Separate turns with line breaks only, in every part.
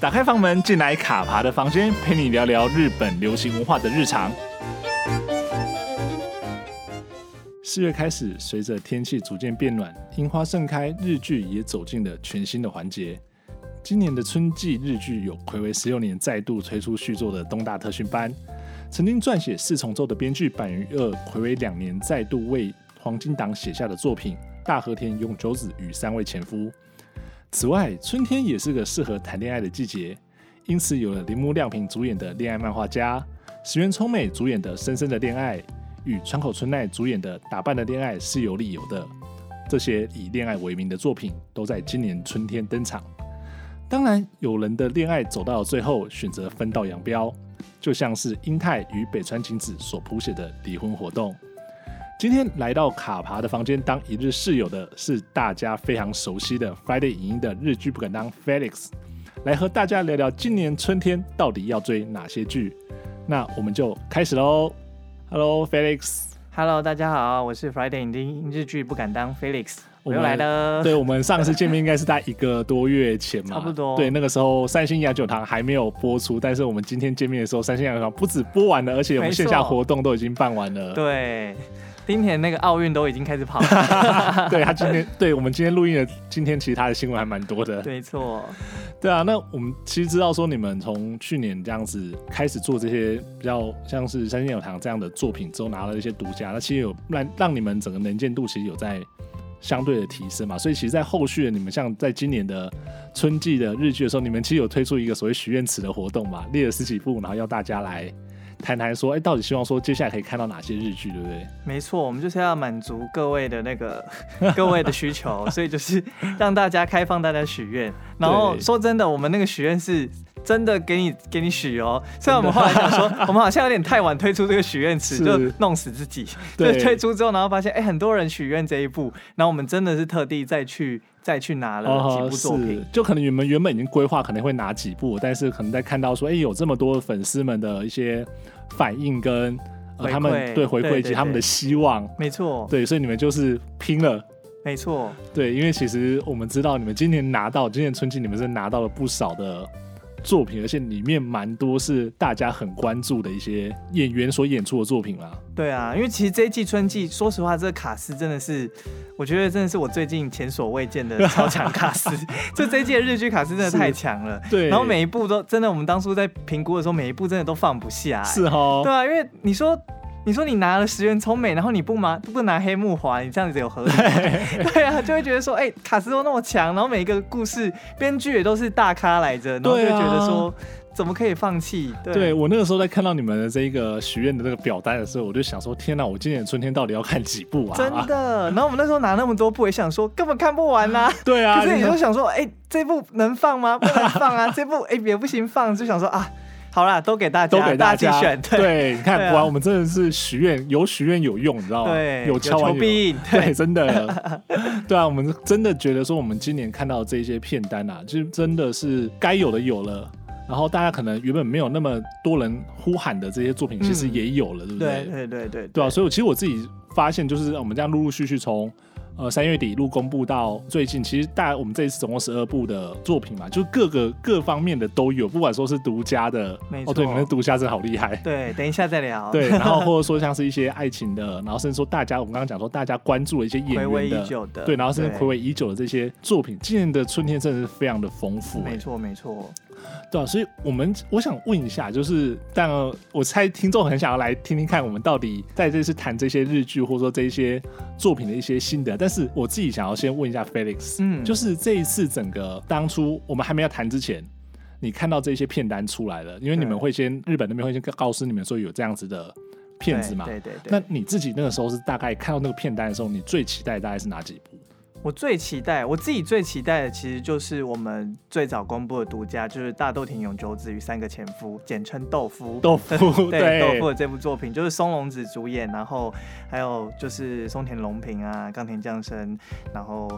打开房门，进来卡爬的房间，陪你聊聊日本流行文化的日常。四月开始，随着天气逐渐变暖，樱花盛开，日剧也走进了全新的环节。今年的春季日剧有暌违十六年再度推出续作的《东大特训班》，曾经撰写《四重奏》的编剧板垣二，暌违两年再度为黄金档写下的作品《大和田永久子与三位前夫》。此外，春天也是个适合谈恋爱的季节，因此有了铃木亮平主演的《恋爱漫画家》，石原聪美主演的《深深的恋爱》，与川口春奈主演的《打扮的恋爱是有理由的》。这些以恋爱为名的作品都在今年春天登场。当然，有人的恋爱走到了最后，选择分道扬镳，就像是英泰与北川景子所谱写的离婚活动。今天来到卡爬的房间当一日室友的是大家非常熟悉的 Friday 影音的日剧不敢当 Felix，来和大家聊聊今年春天到底要追哪些剧。那我们就开始喽。Hello Felix，
Hello，大家好，我是 Friday 影音日剧不敢当 Felix，
我
我
们
又来了。
对我们上次见面应该是在一个多月前嘛，
差不多
对，那个时候三星雅酒堂还没有播出，但是我们今天见面的时候，三星雅酒堂不止播完了，而且我们线下
没错
活动都已经办完了。
对，丁田那个奥运都已经开始跑 了，
对他今天，对我们今天录音的今天，其实他的新闻还蛮多的。
没错，
对啊，那我们其实知道说，你们从去年这样子开始做这些比较像是三星有堂这样的作品之后，拿了一些独家，那其实有让让你们整个能见度其实有在相对的提升嘛。所以其实，在后续的你们像在今年的春季的日剧的时候，你们其实有推出一个所谓许愿池的活动嘛，列了十几部，然后要大家来谈谈说，哎，到底希望说接下来可以看到哪些日剧，对不对？
没错，我们就是要满足各位的那个 各位的需求，所以就是让大家开放大家许愿。然后
对
说真的，我们那个许愿是。真的给你给你许哦，虽然我们后来想说，我们好像有点太晚推出这个许愿池，
是
就弄死自己。就
对
推出之后，然后发现哎、很多人许愿这一部，然后我们真的是特地再去再去拿了
哦
几部作品。
是，就可能你们原本已经规划可能会拿几部，但是可能在看到说，哎、有这么多粉丝们的一些反应跟呃
回馈
他们对回馈
对
以及
对
他们的
对
希望，
没错，
对，所以你们就是拼了，
没错，
对，因为其实我们知道你们今年拿到今年春季你们是拿到了不少的。作品，而且里面蛮多是大家很关注的一些演员所演出的作品啦。
对啊，因为其实这一季春季，说实话，这个卡斯真的是，我觉得真的是我最近前所未见的超强 卡斯。就这一季的日剧卡斯真的
是
太强了，
对，
然后每一部都真的，我们当初在评估的时候，每一部真的都放不下、哎
是哦，
对啊，因为你说。你说你拿了石原聪美，然后你不拿不拿黑木华，你这样子有合理 吗？对啊，就会觉得说，哎、卡斯都那么强，然后每一个故事编剧也都是大咖来着，然后就
对
会
啊
觉得说，怎么可以放弃？对啊
对我那个时候在看到你们的这一个许愿的那个表单的时候，我就想说，天哪，我今年春天到底要看几部啊？
真的。然后我们那时候拿那么多部，也想说根本看不完啦、
对 啊，
可是你
就
就想说，哎、这部能放吗？不能放 啊。这部哎、也不行放，就想说啊，好啦，都给大家，
都给
大
家
家自己 选。对
对，你看，
对啊
果然我们真的是许愿有许愿有用，你知道吗？
对，
哦有敲
求
完有
必 应。对
对，真的， 对啊，我们真的觉得说，我们今年看到这些片单啊，就是真的是该有的有了，然后大家可能原本没有那么多人呼喊的这些作品，其实
嗯
也有了，对不
对对对对
对啊，所以我其实我自己发现，就是我们这样陆陆续续从呃三月底一路公布到最近，其实大概我们这一次总共十二部的作品嘛，就是各个各方面的都有，不管说是独家的
没，错
哦，对，你们的独家真的好厉 害。
对，等一下再聊。
对，然后或者说像是一些爱情的，然后甚至说大家我们刚刚讲说大家关注的一些演
暌违
员
已
的，
久的，
对，然后甚至暌违已久的这些作品，今年的春天真的是非常的丰富、欸
没错没错，
对啊，所以我们我想问一下，就是但我猜听众很想要来听听看，我们到底在这次谈这些日剧或者说这些作品的一些心得。但是我自己想要先问一下 Felix，
嗯
就是这一次整个当初我们还没有谈之前。你看到这些片单出来了，因为你们
对
会先日本那边会先告诉你们说有这样子的片子嘛？
对对对
那
对。
你自己那个时候是大概看到那个片单的时候，你最期待大概是哪几部？
我最期待，我自己最期待的其实就是我们最早公布的独家，就是大豆田永久子与三个前夫，简称豆夫。
豆腐
对豆腐的这部作品，就是松隆子主演，然后还有就是松田龙平啊、冈田将生，然后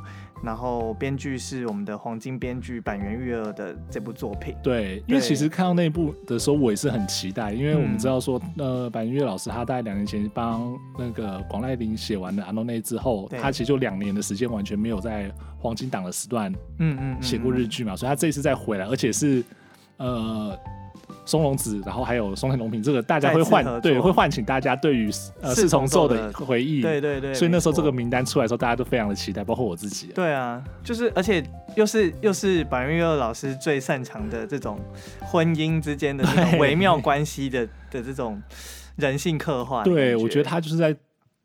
然后编剧是我们的黄金编剧板垣裕二的这部作品。
对，因为
对
其实看到那一部的时候，我也是很期待，因为我们
嗯
知道说，呃，板垣岳老师他大概两年前帮那个广濑铃写完了《阿诺内》之后，
对
他其实就两年的时间完全没有在黄金档的时段
嗯嗯嗯，
写过日
嗯
剧嘛，所以他这一次再回来，而且是呃松隆子，然后还有松田龙平，这个大家会
再次合
唤对
作
会唤醒大家对于呃
四
四重
重奏
奏的
的
回忆。
对对对，
所以那时候
没
这
错
个名单出来的时候，大家都非常的期待，包括我自己。
对啊，就是而且又是又是板玉二老师最擅长的这种婚姻之间的这种
对
微妙关系的的这种人性刻画的感。
对，我觉得他就是在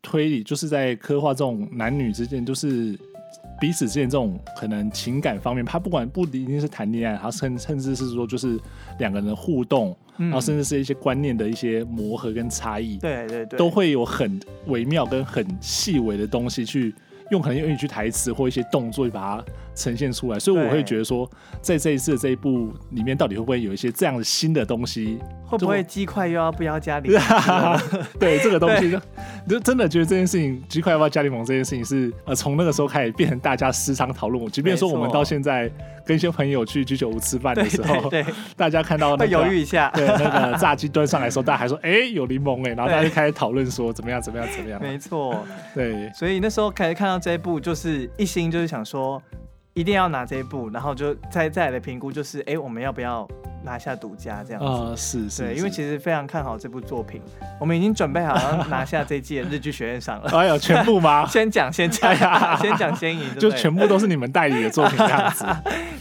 推理，就是在刻画这种男女之间，就是彼此之间这种可能情感方面，他不管不一定是谈恋爱，他甚甚至是说就是两个人的互动，然后甚至是一些观念的一些磨合跟差异，
嗯对对对，
都会有很微妙跟很细微的东西去。用可能用一句台词或一些动作去把它呈现出来，所以我
对
会觉得说，在这一次的这一部里面，到底会不会有一些这样的新的东西
会不会鸡块又要不 要加零？
对这个东西，就真的觉得这件事情，鸡块要不要加柠檬这件事情是呃，从那个时候开始变成大家时常讨论。即便说我们
没错
到现在跟一些朋友去居酒屋吃饭
对
的时候，
对对，
大家看到那
会犹豫
个。
一下。
对，那个炸鸡端上来的时候，大家还说：“哎、有柠檬哎、然后大家
对
就开始讨论说怎么样，怎么样， 怎么样。
没错，
对，
所以那时候开始看到这一部，就是一心就是想说，一定要拿这一部，然后就再再来评估，就是哎、诶我们要不要拿下独家这样子。
啊、是是
哦 对，因为其
实
实非常看好这部作品，我们已经准备好要拿下这一季的日剧学院赏 了。
哎呦，全部吗？
先讲，先
哎呀
讲，先讲先赢，
就
对不对
全部都是你们代理的作品这样子。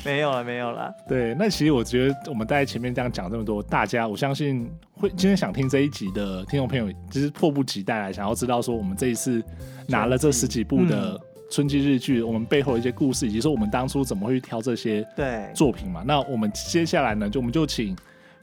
没有了，没有了。
对，那其实我觉得我们大家前面这样讲这么多，大家我相信会今天想听这一集的听众朋友，就是迫不及待来想要知道说我们这一次拿了这十几部的
嗯
春季日剧，我们背后的一些故事，以及说我们当初怎么会去挑这些
对，
作品嘛。那我们接下来呢，就我们就请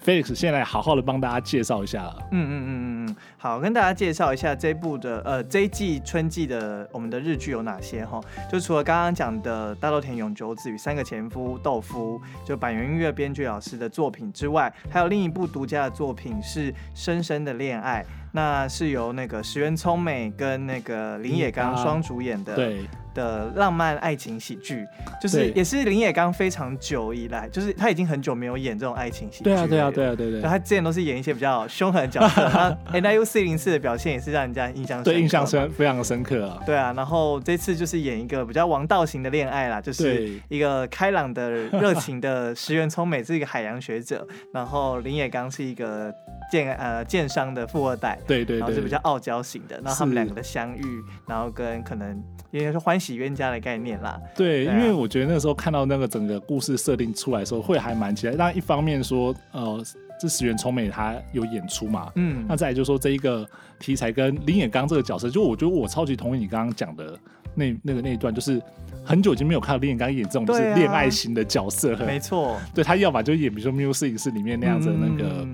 Felix 现在好好的帮大家介绍一下
嗯嗯嗯嗯嗯，好，跟大家介绍一下这部的呃这一季春季的我们的日剧有哪些哈？就除了刚刚讲的大豆田永久子与三个前夫豆夫，就板垣音乐编剧老师的作品之外，还有另一部独家的作品是《深深的恋爱》，那是由那个石原聪美跟那个林野刚
林野刚
双主演的。
对
的浪漫爱情喜剧，就
嗯
是
对
也是林野刚非常久以来，就是他已经很久没有演这种爱情喜剧
对
了。
啊，对啊，对啊，对
对
对。
他之前都是演一些比较凶狠的角 色，那 NIU 四零四的表现也是让人家印象深刻
对，印象。深非常深刻啊！
对啊，然后这次就是演一个比较王道型的恋爱啦，就是
对
一个开朗的、热情的石原聪美是一个海洋学 者，然后林野刚是一个建呃建商的富二代，
对对
然后
对，
是比较傲娇型的，然后他们
是
两个的相遇，然后跟可能应该是欢喜冤家的概念啦，
对，
对
因
啊
为我觉得那时候看到那个整个故事设定出来的时候，会还蛮期待。那一方面说，呃，这石原聪美她有演出嘛，
嗯
那，再来就是说这一个题材跟林野刚这个角色，就我觉得我超级同意你刚刚讲的那那个那一段，就是很久已经没有看到林野刚演这种就是
对啊
恋爱型的角色了。
没错，
对他要么就演比如说《music 是里面那样子的那个，
嗯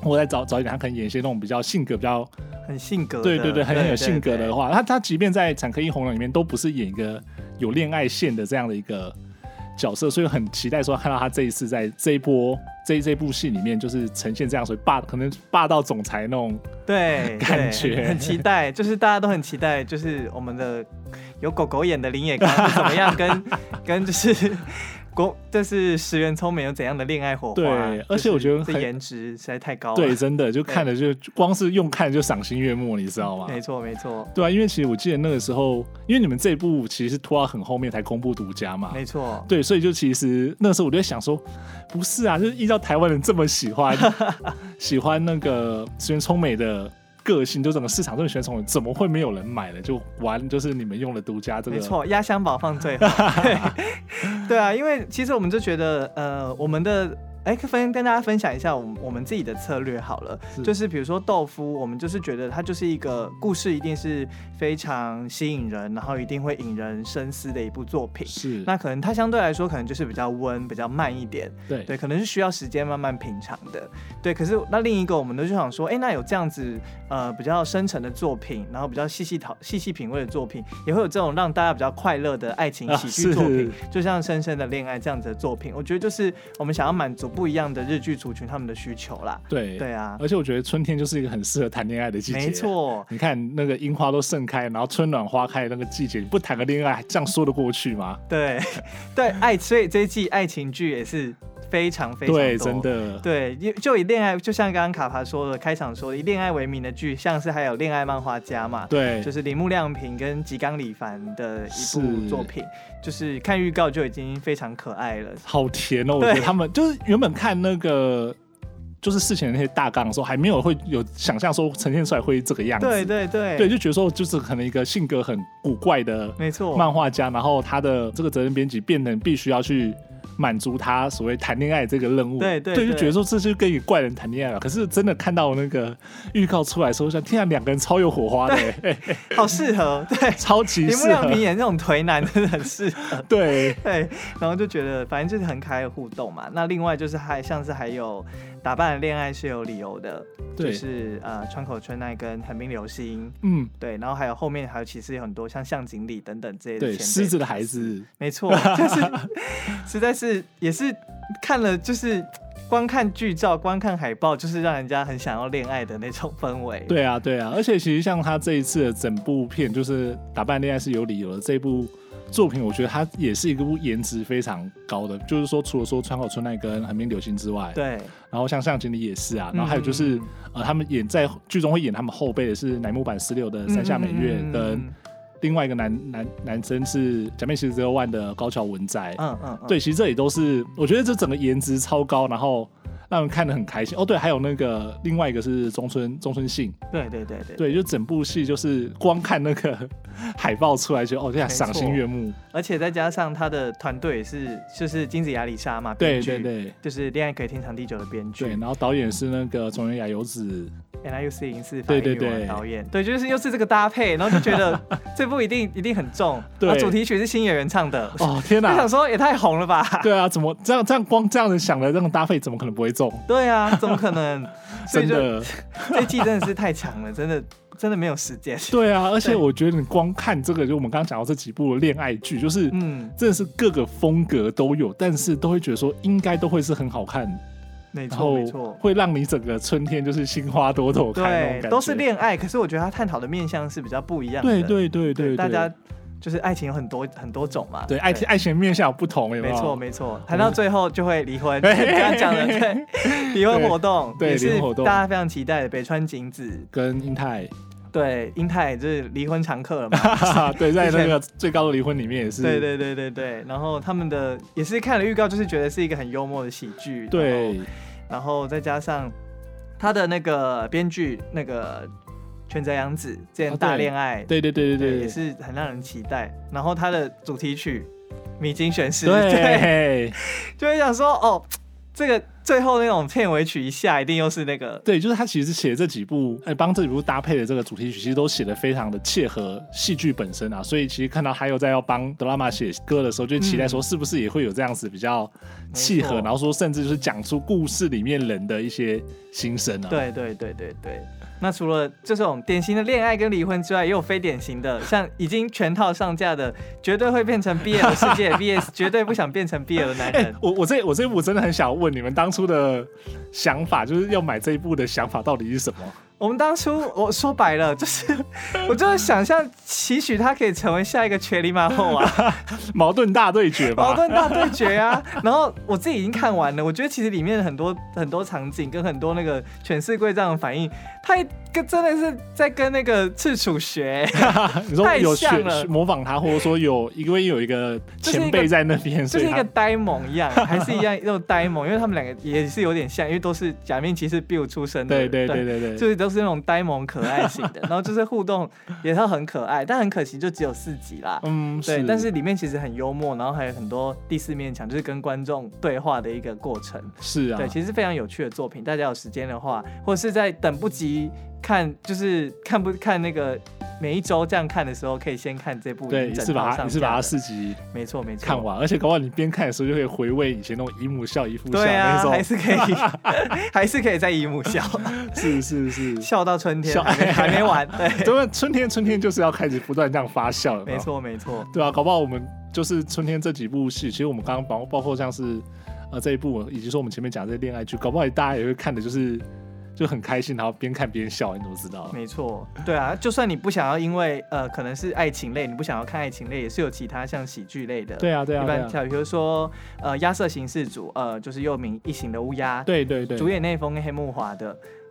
或者再早早一点，他可能演一些那种比较性格比较
很性格的，
对对对，很有性格
对
的话，他他即便在《产科一红人》里面都不是演一个有恋爱线的这样的一个角色，所以很期待说看到他这一次在这一波这一这一部戏里面，就是呈现这样所谓霸可能霸道总裁那种
对，
感
对
觉
很期待，就是大家都很期待，就是我们的有狗狗演的林野刚是怎么样 跟跟就是国就是石原聪美有怎样的恋爱火花？
对而且我觉得
就是这
很
颜值实在太高了。
对，真的就看着就光是用看就赏心悦目，你知道吗？
没错没错
对啊，因为其实我记得那个时候，因为你们这一部其实是拖到很后面才公布独家嘛，
没错，
对，所以就其实那时候我就在想说，不是啊，就是依照台湾人这么喜 欢喜欢那个石原聪美的个性，就整个市场这么喜欢聪美，怎么会没有人买呢？就完就是你们用了独家这个，
没，错，压箱宝放最后。 对对啊，因为其实我们就觉得，呃，我们的哎，分跟大家分享一下我们我们自己的策略好了，
是
就是比如说豆腐，我们就是觉得它就是一个故事，一定是非常吸引人，然后一定会引人深思的一部作品。
是
那可能它相对来说可能就是比较温、比较慢一点，
对
对，可能是需要时间慢慢品尝的，对。可是那另一个，我们都就想说，哎、那有这样子呃比较深沉的作品，然后比较细细讨、细细品味的作品，也会有这种让大家比较快乐的爱情
啊
喜剧作品，
是
就像《深深的恋爱》这样子的作品，我觉得就是我们想要满足不一样的日剧族群他们的需求啦。
对
对啊，
而且我觉得春天就是一个很适合谈恋爱的季节，
没。错。
你看那个樱花都盛开，然后春暖花开的那个季节，你不谈 个恋爱，这样说得过去吗？
对，对，爱，所以这一季爱情剧也是非常非常多。
对，真的，
对，因就以恋爱，就像刚刚卡帕说的，开场说的，以恋爱为名的剧，像是还有恋爱漫画家嘛，
对
就，是铃木亮平跟吉冈里帆的一部
是
作品，就是看预告就已经非常可爱了。
好甜哦！我觉得他们就是原本看那个就是事情的那些大纲的时候，还没有会有想象说呈现出来会这个样子，
对对对，
对，就觉得说就是可能一个性格很古怪的
没错，
漫画家，然后他的这个责任编辑变成必须要去满足他所谓谈恋爱这个任务，
对对
就
对
觉得说这就跟一个怪人谈恋爱了。啊可是真的看到那个预告出来的时候，想天啊，两个人超有火花的、欸，
好适合。对，
超级
铃木
适
亮平
合，
演这种颓男真的很适合。
对，
对，然后就觉得反正就是很开的互动嘛。那另外就是还像是还有打扮的恋爱是有理由的，就
对
是呃川口春奈跟横滨流星，
嗯，
对，然后还有后面还有其实有很多像向井理等等这些的
对，
前辈
狮子的孩子，
没错，就是 实在是也是看了就是。光看剧照，光看海报，就是让人家很想要恋爱的那种氛围。
对啊，对啊，而且其实像他这一次的整部片，就是《打扮恋爱是有理由的》这部作品，我觉得它也是一部颜值非常高的，就是说除了说川口春奈跟横滨流星之外，
对，
然后像向井理也是啊，然后还有就是、
嗯
呃，他们演在剧中会演他们后辈的是乃木坂十六的山下美月、
嗯嗯嗯
跟另外一个男男男生是假面骑士 Zero One 的高桥文哉，
嗯嗯，嗯，
对，其实这里都是我觉得这整个颜值超高，然后让人看得很开心。哦，对，还有那个另外一个是中村中村信。
对对对对
对，就整部戏就是光看那个 海报出来就哦，这样
没
赏心
错
悦目。
而且再加上他的团队也是就是金子亚里沙嘛，
对
编剧
对，对
就是《恋爱可以天长地久》的编
对，
剧
然后导演是那个总原雅由子，
，N I U 四零四
对对对
导演，对，就是又是这个搭配，然后就觉得 这部一定一定很重，
对
啊主题曲是新演员唱的，
哦天
我
哪
想，说也太红了吧，
对啊，怎么这样这样光这样子想的这种搭配，怎么可能不会中？
对啊，怎么可能？ 所以
真
就
的，
这季真的是太强了，真的真的没有时间，
对啊，而且
对
我觉得你光看这个，就我们刚刚讲到这几部恋爱剧，就是
嗯，
真的是各个风格都有，但是都会觉得说应该都会是很好看，
没
然
错
后
没错。
会让你整个春天就是心花朵朵开那种
对
感觉，，
都是恋爱，可是我觉得他探讨的面向是比较不一样的。
对，对对对，
大
对
家就是爱情有很多很多种嘛。
对爱情爱情哦面向有不同，有没
没
有？
错，没错，谈到最后就会离婚，
对
刚刚讲的 对，离婚活动
对
也
离
是
婚活动
大家非常期待的。北川景子
跟英泰，
对英泰就是离婚常客了嘛，
对，在
之
那
前
个最高的离婚里面也是，
对对对对对，然后他们的也是看了预告，就是觉得是一个很幽默的喜剧，然后，
对
然后再加上他的那个编剧那个呃全泽阳子之前
啊
大
对
恋爱，
对对对对
也
对
是很让人期待。然后他的主题曲《米津玄师》
对
就会想说，哦，这个最后那种片尾曲一下，一定又是那个，
对，就是他其实写这几部，哎，帮这几部搭配的这个主题曲，其实都写的非常的切合戏剧本身啊，所以其实看到还有在要帮德拉玛写歌的时候，就期待说是不是也会有这样子比较契合，
没错
然后说甚至就是讲出故事里面人的一些心声啊，
对对对对对。那除了这种典型的恋爱跟离婚之外，也有非典型的，像已经全套上架的，绝对会变成 BL 的世界，VS 绝对不想变成 BL 的男
哎、
人。
我我这我这一部真的很想问你们当初的想法，就是要买这一部的想法到底是什么？
我们当初我说白了， 就是我就是想象期许他可以成为下一个全力马后啊，
矛盾大对决吧？
矛盾大对决啊。然后我自己已经看完了，我觉得其实里面很多很多场景跟很多那个犬式贵丈的反应，他也跟真的是在跟那个赤楚学、欸
你说有学
太像了
模仿他，或者说有因为有一个前辈在那边，
就
所
是
以
一个
他
呆萌一样， 还是一样那种呆萌，因为他们两个也是有点像，因为都是假面骑士 Bill 出身的，
对对对对对，
就是都是那种呆萌可爱型的，然后就是互动也是很可爱，但很可惜就只有四集啦。
嗯，
对，但是里面其实很幽默，然后还有很多第四面墙，就是跟观众对话的一个过程。
是啊
对，，其实非常有趣的作品，大家有时间的话，或者是在等不及看，就是看不看那个每一周这样看的时候，可以先看这部已
对，
经
一
整
次把
套
它
上
一次把
架
它
了
四集
没错没错
看。完，而且搞不好你边看的时候就可以回味以前那种姨母笑、姨父笑
对啊
那，
还
种，
是可以， 还是可以在姨母笑，
是是是，
笑到春天
笑
还没还没完。 对，
怎么春天春天就是要开始不断这样发酵了，有没
没
有
错没错，
对啊，搞不好我们就是春天这几部戏，其实我们刚刚包包括像是呃这一部，以及说我们前面讲的这些恋爱剧，搞不好大家也会看的，就是就很开心，然后边看边笑，你怎么知道？
没错，对啊，就算你不想要，因为呃，可能是爱情类，你不想要看爱情类，也是有其他像喜剧类的。
对啊，对啊，
一
对
般
啊，
跳，比如说呃，《鸭色刑事组》，呃，就是又名《异形的乌鸦》，
对对对，
主演内丰跟黑木华的，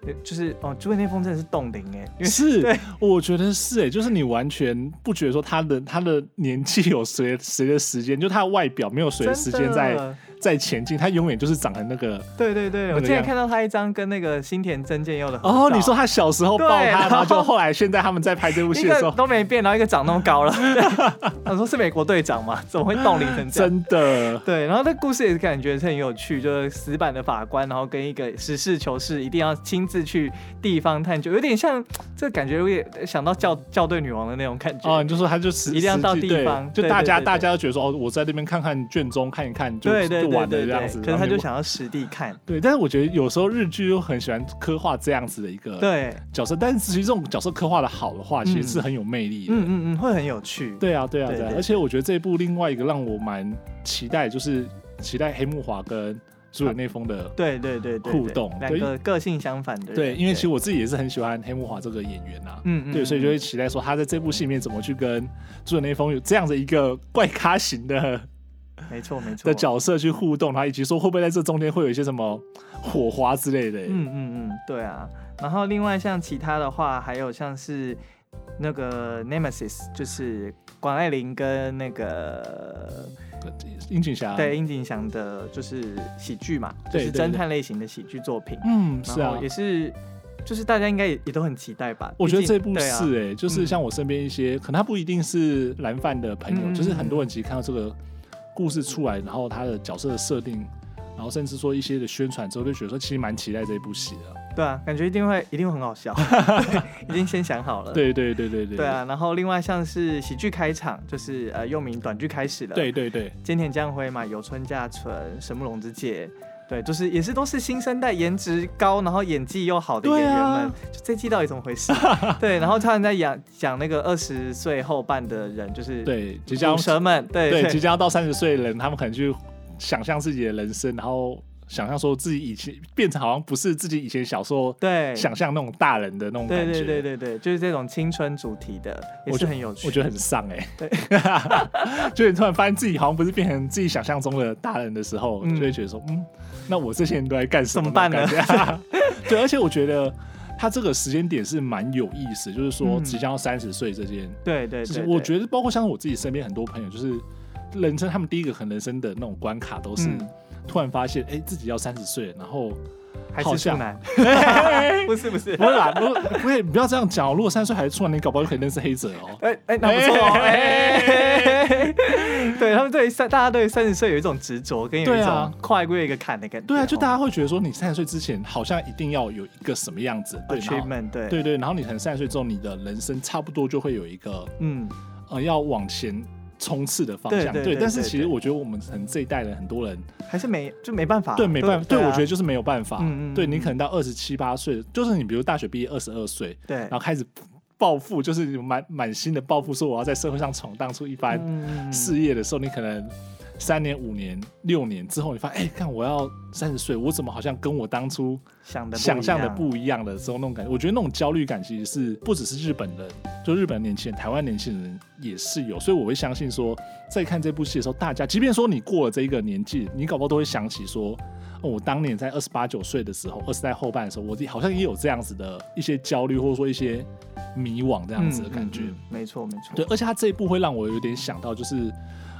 呃就是哦，主演内丰真的是冻龄哎，因为
是
对，
我觉得是哎、就是你完全不觉得说他的他的年纪有随 随着时间，就他的外表没有随着时
真
间
的
在在前进，他永远就是长成那个
对对对，
那
我
个
之前
样
看到他一张跟那个新田真剑佑的合
哦，
照
你说他小时候抱
对
他，然
然
后就
后
后来现在他们在拍这部
一
戏的时
个
候，
都没变，然后一个长那么高了，我说是美国队长嘛，怎么会冻龄成这样？
真的
对，然后这故事也是感觉是很有趣，就是死板的法官，然后跟一个实事求是，一定要亲自去地方探究，有点像这感觉，有点想到校校对女王的那种感觉。
哦，你就说他就实
一定要到
实际
地方
对就
对
大
对
家
对
大
对
家都觉得说哦，我在那边看看卷宗看一看就
对对
就
对
完了
对
这样
对
子，，
可是
然后
他
你
就
不
想要实地看，
对，但是我觉得有时候日剧又很喜欢刻画这样子的一个
对，
角色，但是其实这种角色刻画的好的话，其实
嗯
是很有魅力的。
嗯嗯嗯，会很有趣。
对啊，对啊，对
对
啊，
对
而且我觉得这一部另外一个让我蛮期待，就是期待黑木华跟主演内丰的
对对对对，
互
对
动
两
对
个个性相反的人。
对，因为其实我自己也是很喜欢黑木华这个演员啊，
嗯嗯，
对，所以就
嗯
会期待说他在这部戏里面怎么去跟主演内丰有这样的一个怪咖型的
嗯没错没错
的，角色去互动，然后以及说会不会在这中间会有一些什么火花之类的、欸
嗯嗯嗯，对啊。然后另外像其他的话，还有像是那个 Nemesis，就是广爱玲跟那个
樱井嗯霞，
对，樱井翔的，就是喜剧嘛，就
啊对
是
对对
侦探类型的喜剧作品。
嗯，是
然
啊
后也，是，就是大家应该也也都很期待吧。
我觉得
毕
这
竟
部
对
是
啊、
哎、就是像我身边一些，可能他不一定是蓝饭的朋友，
嗯嗯
就是很多人其实看到这个故事出来，然后他的角色的设定，然后甚至说一些的宣传之后，就觉得说其实蛮期待这一部戏的。
对啊，感觉一定 会一定会很好笑，对已经先想好了。
对对对对对，
呃对，啊，然后另外像是喜剧开场，就是呃又名短剧开始了。
对对对，
菅田将晖嘛，有村架纯、神木隆之介，对，就是也是都是新生代，颜值高，然后演技又好的演
对
员
啊
们，就这季到底怎么回 事？对，然后他们在讲讲那个二十岁后半的人，就是
对，即将
毒蛇们，对
对即将要到三十岁的人，他们可能去想象自己的人生，然后想象说自己以前变成好像不是自己以前小时候
对
想象那种大人的那种感
对
觉。
对对对对，就是这种青春主题的，也
我觉
是
得
很有趣。
我觉得很丧哎、欸， 就你突然发现自己好像不是变成自己想象中的大人的时候，
嗯
就会觉得说，嗯，那我这些人都在干什么？
怎么办呢
那种感觉？ 对，而且我觉得他这个时间点是蛮有意思，就是说
嗯
即将要三十岁这件
对对
就是
对对，
我觉得包括像我自己身边很多朋友，就是人生他们第一个可能人生的那种关卡，都是
嗯
突然发现，哎、自己要三十岁了，然 后
还
好
是处
像
男，不是不是
不。是啦，不不会，不要这样讲哦。如果三十岁还出来，你搞不好就可以认识黑泽哦。
哎哎，那不错哦！
哎
哎，对他们对于三，大家对于三十岁有一种执着，跟有
对
一
啊
种跨过一个坎的感觉。
对啊，就
哦
大家会觉得说，你三十岁之前好像一定要有一个什么样子，对，然后
achievement，对，
对对，然后你可能三十岁之后，你的人生差不多就会有一个
嗯，
呃要往前冲刺的方向。
对对对
但是
对
其实
对
我觉得我们可能这一代人很多人
还是没就没办法，啊
对没办法，对我觉得
得
就是没有办法
嗯嗯。嗯
对你可
嗯
能到二十七八岁，就是你比如大学毕业二十二岁，
对
然，后开始暴富，就是满满心的暴富，说我要在社会上闯荡出一番
嗯
事业的时候，你可能三年、五年、六年之后，你发现，哎、看我要三十岁，我怎么好像跟我当初
想的
想象的
不一样，
不一样的时候，那种感觉，我觉得那种焦虑感其实是不只是日本人，就日本年轻人、台湾年轻人也是有，所以我会相信说，在看这部戏的时候，大家即便说你过了这一个年纪，你搞不好都会想起说。哦我当年在二十八九岁的时候，二十代后半的时候，我自己好像也有这样子的一些焦虑，或者说一些迷惘这
这
样子的感觉。
嗯没错没错，
对，而且他这一部会让我有点想到，就是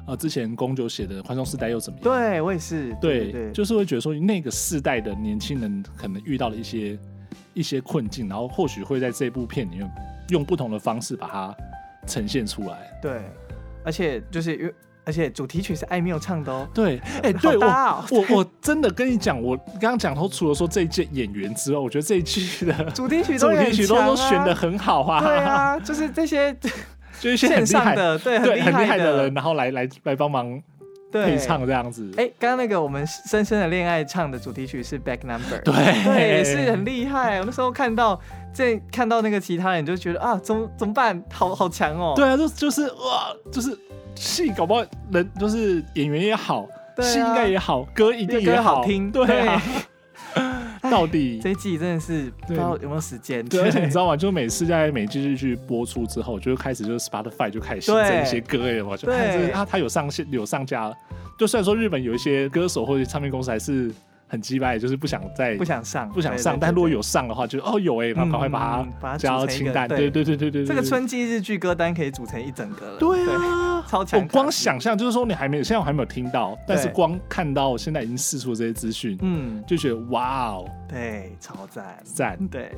呃，之前宫九写的《宽松世代》又怎么样？
对我也是，
对
对，
就是会觉得说那个世代的年轻人可能遇到了一些一些困境，然后或许会在这部片里面用不同的方式把它呈现出来。
对，而且就是因为而且主题曲是艾缪唱的哦，
对，哎、
好
对我
搭哦，
我我真的跟你讲，我刚刚讲说，除了说这一届演员之外，我觉得这一季的
主题曲
主
都也
题
很
曲都
强啊
都选的很好啊，
对啊，就是这些
就一些很
线
厉
上
害
的对
对很
厉
害
的
人，然后来来来帮忙
对
配唱这样子。
哎，刚刚那个我们深深的恋爱唱的主题曲是 Back Number，
对
对，也是很厉害。我那时候看到这看到那个其他人，就觉得啊，怎么怎么办？好好强哦。
对啊，就就是哇，就是戏搞不好人就是演员也好，
对啊
戏应该也好，歌一定
那
也
歌
好
好听，
对啊， 到底
啊这一季 真的是不知道有没有时间。
对，而且你知道吗？就每次在每季日剧播出之后，就开始就是 Spotify 就开始新增一些歌哎，我就看这
对
个啊，它有上线有上架了。就虽然说日本有一些歌手或者唱片公司还是很鸡掰，就是不想再
不想上，
不想
对
上，
对
但如果
对
有上的话，就哦有哎，然后赶快把
嗯把
它
它
加
组
到
成一
清
个
单。对
对
对对对对，
这个
对
春季日剧歌单可以组成一整个了。
对啊，
超强
我
卡
光
司
想象就是说你还没有，现在我还没有听到，但是
对
光看到现在已经释出的这些资讯，
嗯，
就觉得哇哦
对，超赞。
赞，
对，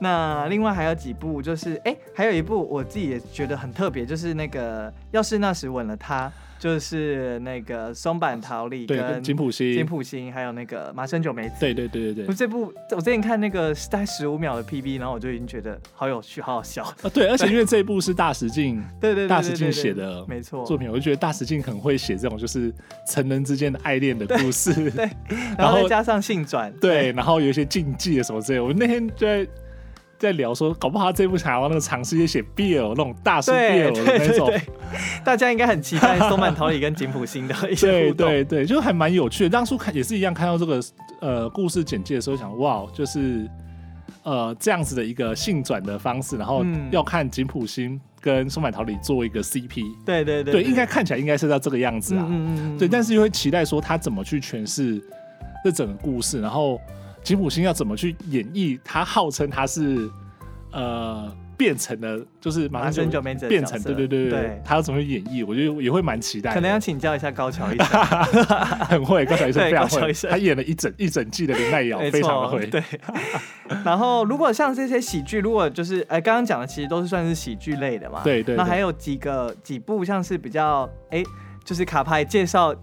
那另外还有几部，就是哎、还有一部我自己也觉得很特别，就是那个《要是那时吻了他》，就是那个松坂桃李
对，
跟
跟金普西，
金浦新，还有那个麻生久美子。
对对对对
我
对，
这部我之前看那个大概十五秒的 PV，然后我就已经觉得好有趣，好好笑。
啊对，而且因为这一部是大石进
对对对对对对，
大石进写的
没 错。
作品，我就觉得大石进很会写这种就是成人之间的爱恋的故 事，
对
然
然
后
后再加上性转，
对，然后有一些禁忌啊什么之类的。我那天就在在聊说，搞不好他这部想要那个尝试一些写 BL 那种大叔
对
BL 的
对
那
对
种，
对，大家应该很期待松坂桃李跟井浦新的一些
对
互动。
对对，就还蛮有趣的。当初看也是一样，看到这个呃故事简介的时候想，哇，就是呃这样子的一个性转的方式，然后
嗯
要看井浦新跟松坂桃李做一个 CP，
对对对
对，应该看起来应该是要这个样子啊，
嗯嗯嗯，
对，但
是
是又会期待说他怎么去诠释这整个故事，然后吉普星要怎么去演绎他号称他是呃变成了就是马
麻
上
生
就
久美子的
变
角
成，
色
对对对
对
他要怎么去演绎，我觉得也会蛮期待的，
可能要请教一下高桥医生，
很会，高桥医生
对
非常
高桥
会，
医生
他演了一整一整季的林奈瑶，
没
非常的
错
会，，
对。 然后，如果像这些喜剧，如果就是哎，刚刚讲的其实都是算是喜剧类的嘛。
对对
那
对
还有几个几部像是比较哎，就是卡牌介绍。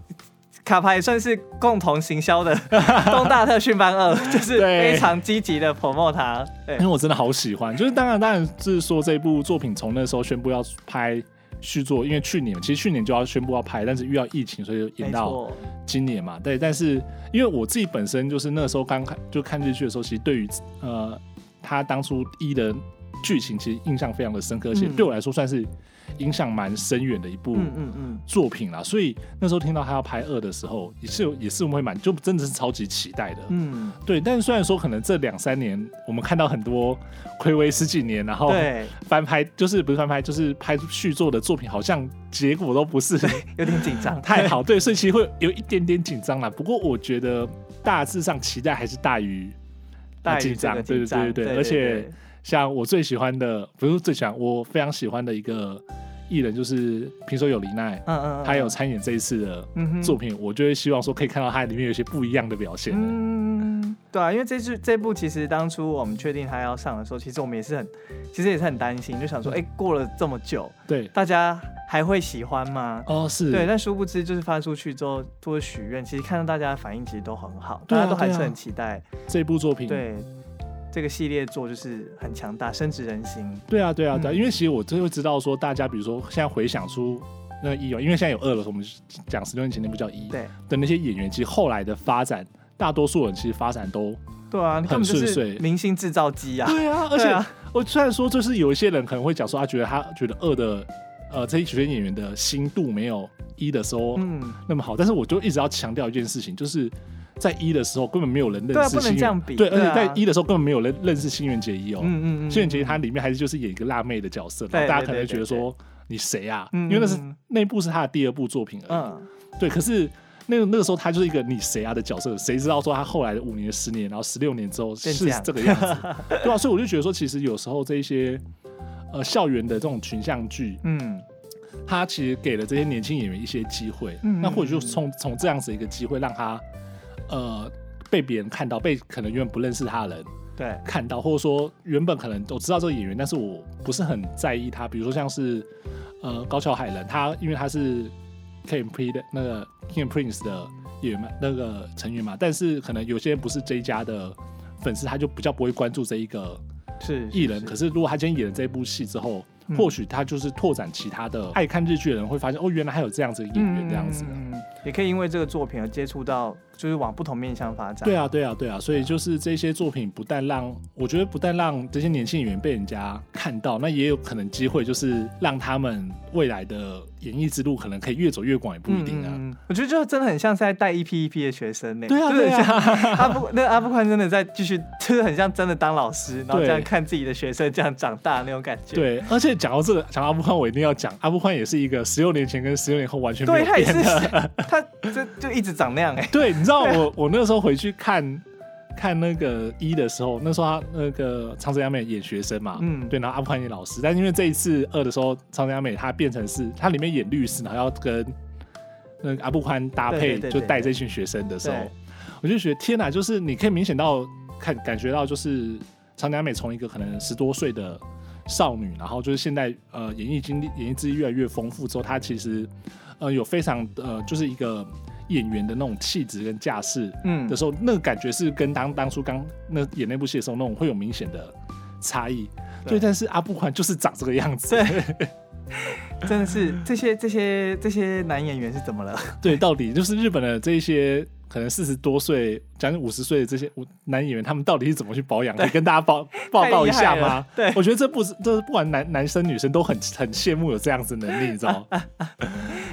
卡牌算是共同行 销的东大特训班二，就是
对
非常积极的 promote 它。对
因为我真的好喜欢，就是当然当然是说这部作品从那时候宣布要拍续作，因为去年其实去年就要宣布要拍，但是遇到疫情，所以就
没
延到。
错，
今年嘛，对，但是因为我自己本身就是那时候刚看就看日剧的时候，其实对于呃他当初一的剧情其实印象非常的深刻，而且
嗯
对我来说算是影响蛮深远的一部
嗯嗯嗯，
作品啦。所以那时候听到他要拍二的时候，也是有也是会蛮就真的是超级期待的。
嗯，
对，但是虽然说可能这两三年我们看到很多暌违十几年，然后
对，
翻拍就是不是翻拍，就是拍续作的作品，好像结果都不是
有点紧张。
太好，对，所以其实会有一点点紧张啦。不过我觉得大致上期待还是大于
大于
紧
这
张，
个
对对
紧张
对对对。
对对
而
对
且像我最喜欢的，不是最喜欢，我非常喜欢的一个艺人就是平手有梨奈，
嗯嗯，嗯
他有参演这一次的
嗯哼
作品，我就会希望说可以看到他里面有一些不一样的表现。欸
嗯，对啊，因为这次这部其实当初我们确定它要上的时候，其实我们也是很，其实也是很担心，就想
嗯
说，哎、过了这么久，
对，
大家还会喜欢吗？
哦，是，
对，但殊不知就是发出去之后多许愿，其实看到大家的反应其实都很好，
对啊
大家都还是
对啊
很期待。
这部作品，
对,、这个系列作就是很强大，深植人心。
对啊，对啊，对啊，
嗯
因为其实我就会知道说，大家比如说现在回想出那个一哦，因为现在有二了，我们讲十六年前那部叫一，
对
的那些演员，其实后来的发展，大多数人其实发展都
对啊，你根本就
很顺遂
是明星制造机啊。
对啊，而
对
且
啊
我虽然说就是有一些人可能会讲说，啊他觉得他觉得二的呃这些学员演员的心度没有一的时候
嗯，
那么好，但是我就一直要强调一件事情，就是。在一的时候根本没有人认
对啊
识
不能
新
这样比
对，而
对
且
啊
在一的时候根本没有人认识新垣结衣哦。
嗯嗯嗯，
新垣结衣她里面还是就是演一个辣妹的角色，然
对
后
对
大家可能会觉
对
得
对
说你谁啊？
嗯
因为那是
嗯嗯
那部是她的第二部作品而已。
嗯，
对，可是那个那个时候她就是一个你谁啊的角色，谁知道说她后来的五年、十年，然后十六年之后
变
是
这样
这个样 子，对啊，所以我就觉得说，其实有时候这一些呃校园的这种群像剧，
嗯
它其实给了这些年轻演员一些机会，
嗯
那或者就从从这样子一个机会让他呃被别人看到，被可能原本不认识他的人。
对，
看到，或者说原本可能我知道这个演员，但是我不是很在意他。比如说像是呃高桥海人，他因为他是 King P 的那个 King Prince 的演员嘛，那个成员嘛，但是可能有些人不是这一家的粉丝，他就比较不会关注这一个
是
艺人。可是如果他今天演了这部戏之后，
嗯
或许他就是拓展其他的爱看日剧的人会发现，哦，原来还有这样子的演员这样子的。
嗯嗯嗯嗯也可以因为这个作品而接触到，就是往不同面向发展。
对啊，对啊，对啊，所以就是这些作品不但让我觉得不但让这些年轻演员被人家看到，那也有可能机会就是让他们未来的演艺之路可能可以越走越广，也不一定啊。
嗯嗯嗯我觉得就真的很像是在带一批一批的学生呢、
对啊
就是很
对啊
像阿布那个阿布宽真的在继续，就是很像真的当老师，然后
对
这样看自己的学生这样长大那种感觉。
对，而且讲到这个，讲到阿布宽，我一定要讲，阿布宽也是一个十六年前跟十六年后完全没
对，
有
他也
变
是
的。，
他这就一直长那样哎、
对，你知道我 我那时候回去看看那个一的时候，那时候他那个长泽雅美演学生嘛，
嗯
对，然后阿宽演老师，但因为这一次二的时候，长泽雅美她变成是她里面演律师，然后要跟那个阿布宽搭配，
对对对对
就带这群学生的时候
对，
我就觉得天哪，就是你可以明显到看感觉到就是长泽雅美从一个可能十多岁的。少女，然后就是现在呃，演艺经历、演艺资历越来越丰富之后，她其实呃有非常呃，就是一个演员的那种气质跟架势
嗯
的时候，那个感觉是跟当当初刚那演那部戏的时候那种会有明显的差异。
对
对，但是阿布宽就是长这个样子。
对，真的是这些这些这些男演员是怎么了？
对，到底就是日本的这一些可能四十多岁、将近五十岁的这些男演员，他们到底是怎么去保养？可以跟大家 报报告一下
太厉害
吗
了？对
我觉得这不是，这是不管男男生女生都很很羡慕有这样子的能力，你知道 吗？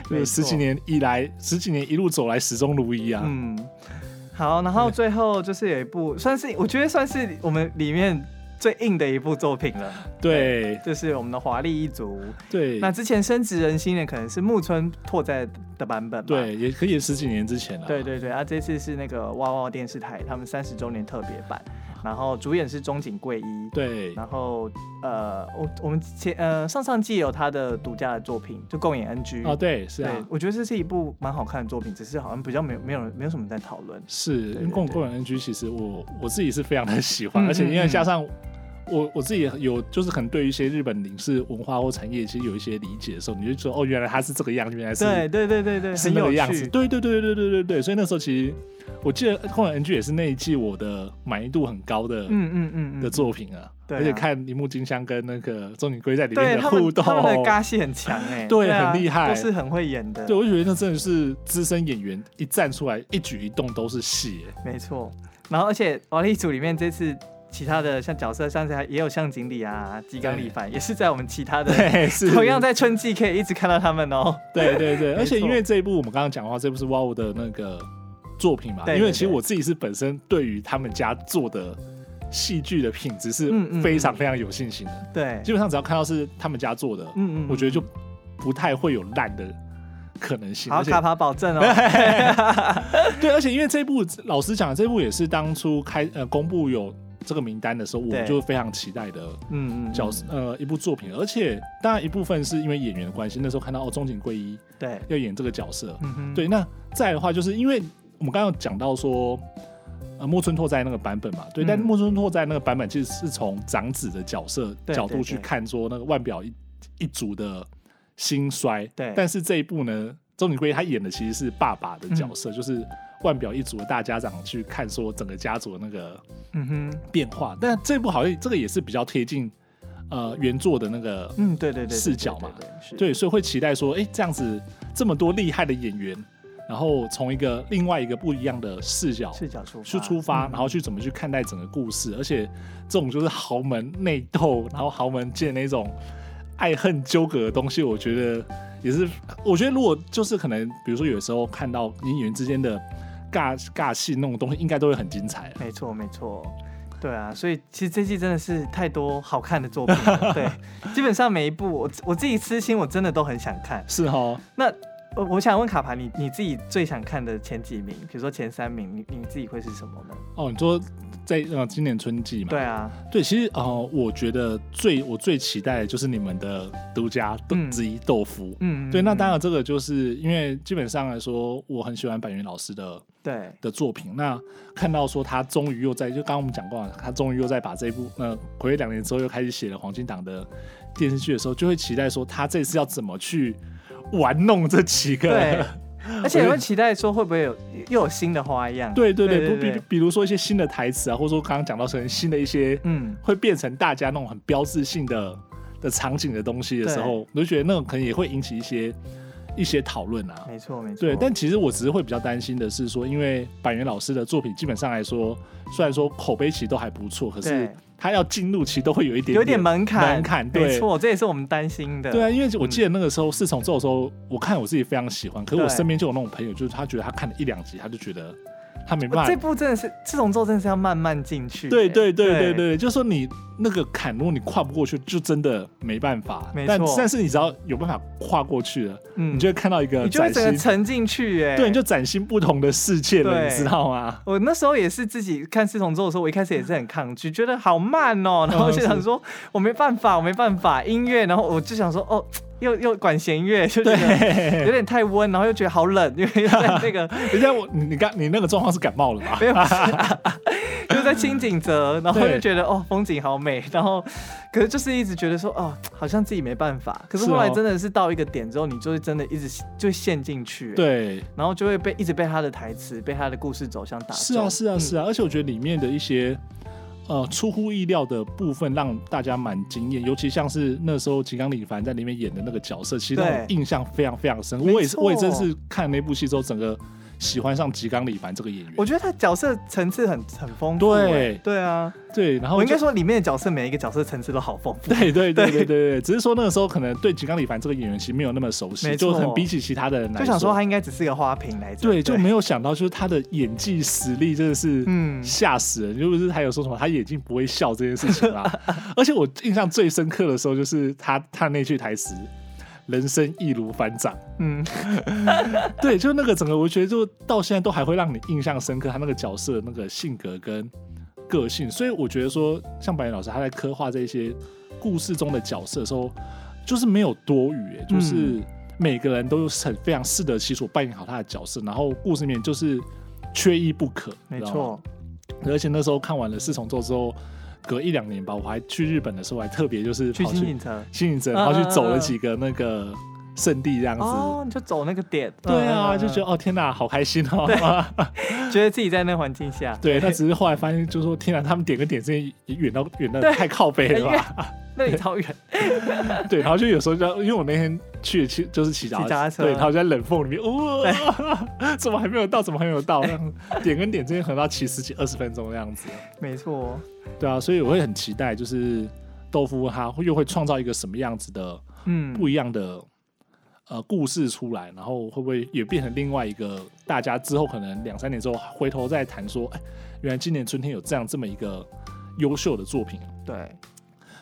就是十几年以来，十几年一路走来始终如一啊。
嗯，好，然后最后就是有一部，算是我觉得算是我们里面最硬的一部作品了，
对
就是我们的《华丽一族》。
对，
那之前深植人心的可能是木村拓哉的版本嘛？。
对，也可以十几年之前了。
对对对，啊，这次是那个哇哇电视台他们三十周年特别版，然后主演是中井贵一，
对
然后呃，我我们前呃上上季也有他的独家的作品，就共演 NG
哦，对，是
对
啊，，
我觉得这是一部蛮好看的作品，只是好像比较没有没有人没有什么在讨论。
是因
对
为
对
共
对
共享 NG，其实我我自己是非常的喜欢，
嗯
而且因
嗯
为
嗯
加上我我自己也有就是可能对于一些日本影视文化或产业其实有一些理解的时候，你就说哦，原来它是这个样，原来是
对对对对对，
是
很
那
有
个样子，
趣。
对对对对对对对对，所以那时候其实我记得共享 NG 也是那一季我的满意度很高的
嗯嗯嗯
的
嗯，
作品啊，
对
而且
啊
看铃木金香跟那个中井圭在里面
对
的
他
互
们
动，
他们的尬戏很强哎、
对
啊
很厉害
都是很会演的。
对，我就觉得那真的是资深演员一站出来，一举一动都是戏耶。
没错。然后而且《瓦力组》里面这次其他的像角色，像是还也有像锦鲤啊、吉冈里帆，也是在我们其他的。
对， 是
同样在春季可以一直看到他们哦。
对对 对，
错
而且因为这一部我们刚刚讲的话，这部是 WOW 的那个作品嘛，
对对
因为其实
对
我自己是本身对于他们家做的戏剧的品质是
嗯嗯
非常非常有信心的，
对，
基本上只要看到是他们家做的，
嗯嗯
我觉得就不太会有烂的可能性。
好
而且
卡牌保证 哦。
对，而且因为这部老实讲，这部也是当初开呃公布有这个名单的时候，我们
对
就非常期待的。
嗯嗯，
角色呃一部作品，而且当然一部分是因为演员的关系，那时候看到哦中井贵一
对，
要演这个角色，
嗯哼，
对，那再来的话就是因为我们刚刚有讲到说。呃，木村拓哉那个版本嘛，对，但
嗯
木村拓哉那个版本其实是从长子的角色
对
角度
对
去
对
看，说那个腕表一一族的兴衰。
对
但是这一部呢，中井贵一他演的其实是爸爸的角
嗯
色，就是腕表一族的大家长去看说整个家族的那个
嗯哼，
变化。但这部好像这个也是比较贴近呃原作的那个
嗯对对对对，对
视角嘛，
对，对是，
对，所以会期待说，哎、这样子这么多厉害的演员，然后从一个另外一个不一样的视角
视角出发
去出发，
嗯
然后去怎么去看待整个故事，而且这种就是豪门内斗，然后豪门间那种爱恨纠葛的东西，我觉得也是，我觉得如果就是可能，比如说有时候看到演员之间的尬尬戏那种东西，应该都会很精彩啊。
嗯没错没错，对啊，所以其实这季真的是太多好看的作品 了，对，基本上每一部我我自己私心我真的都很想看。
是哦，
那我我想问卡牌，你你自己最想看的前几名，比如说前三名，你你自己会是什么呢？
哦，你说在呃今年春季嘛，
对啊，
对，其实呃，我觉得最我最期待的就是你们的独家豆
嗯
之一豆腐。
嗯，
对，那
嗯
当然这个就是因为基本上来说，我很喜欢板垣老师的
对，
的作品。那看到说他终于又在，就刚刚我们讲过了，他终于又在把这一部呃，回两年之后又开始写了黄金档的电视剧的时候，就会期待说他这次要怎么去玩弄这几个
对 而
我觉
且
得
也会期待说会不会有又有新的花样？
对对对，
对
不比比如说一些新的台词啊，或者说刚刚讲到可能新的一些
嗯，
会变成大家那种很标志性的的场景的东西的时候，我就觉得那种可能也会引起一些一些讨论啊。
没错没错。
对，但其实我只是会比较担心的是说，因为板垣老师的作品基本上来说，虽然说口碑其实都还不错，可是
对
他要进入其实都会有一点
有点嗯门槛，
门槛，
没
对。
错，这也是我们担心的。
对啊，因为我记得那个时候四重奏的时候，我看我自己非常喜欢，可是我
对
身边就有那种朋友，就是他觉得他看了一两集，他就觉得他没办法
这部真的是这种咒，真的是要慢慢进去。欸
对对对对
对
对，就说你那个坎，如果你跨不过去，就真的没办法。
没
但
错
但是你只要有办法跨过去了，
嗯，
你就会看到一个
你就会
崭
整个
新，
沉进去、哎，
对，你就崭新不同的世界了，
对
你知道吗？
我那时候也是自己看四重奏的时候，我一开始也是很抗拒，觉得好慢哦、然后就想说，我没办法，我没办法，音乐，然后我就想说，哦，又又管弦乐，就觉得有点太温，然后又觉得好冷，因为又在那个
人家我你你刚你那个状况是感冒了吧？
没有，又在清景泽，然后
对
就觉得哦，风景好美，然后可是就是一直觉得说，哦，好像自己没办法，可是
是哦
后来真的是到一个点之后，你就是真的一直就陷进去，，
对，
然后就会被一直被他的台词、被他的故事走向打中，
是啊是啊
嗯
是啊，而且我觉得里面的一些。呃，出乎意料的部分让大家蛮惊艳，尤其像是那时候金刚李凡在里面演的那个角色，其实让我
对
印象非常非常深。
没
我也是，我也真
错
是看那部戏之后，整个喜欢上吉冈李凡这个演员。
我觉得他角色层次很很丰富、
对
哎对啊，
对，然后
我应
就
该说里面的角色每一个角色层次都好丰 富。
对对对对对 对，只是说那个时候可能对吉冈里凡这个演员其实没有那么熟悉，
没
就
错
可能比起其他的人来
就想说他应该只是个花瓶来着，
对，就没有想到就是他的演技实力真的是
嗯
吓死人，就是还有说什么他眼睛不会笑这件事情啦。 而且我印象最深刻的时候就是他他那句台词。人生易如反掌，
嗯，
对，就那个整个，我觉得就到现在都还会让你印象深刻，他那个角色的那个性格跟个性，所以我觉得说，像白岩老师他在刻画这些故事中的角色的时候，就是没有多余、欸，
嗯
就是每个人都是很非常适得其所扮演好他的角色，然后故事里面就是缺一不可，
没
你知道吗。
错，
而且那时候看完了《四重奏》之后，隔一两年吧，我还去日本的时候，还特别就是
去
跑
新
去
景城
新影城，
嗯
然后去
嗯
走了
嗯
几个那个圣地这样子。
哦，你就走那个点，
对啊，
嗯
就觉得哦天哪，好开心哦！
觉得自己在那环境下，
对，那只是后来发现，就是说天哪，他们点跟点之间也远到远到
对
太靠北了
很远
吧？
那里超远，
对，然后就有时候就因为我那天去骑就是骑脚
骑脚踏车
对，然后就在冷风里面，哇、 怎么还没有到？怎么还没有 到？这样点跟点之间可能要骑十几二十分钟这样子。
没错，
对啊，所以我会很期待，就是豆腐他又会创造一个什么样子的
嗯，
不一样的呃故事出来，然后会不会也变成另外一个大家之后可能两三年之后回头再谈说，哎，原来今年春天有这样这么一个优秀的作品。
对，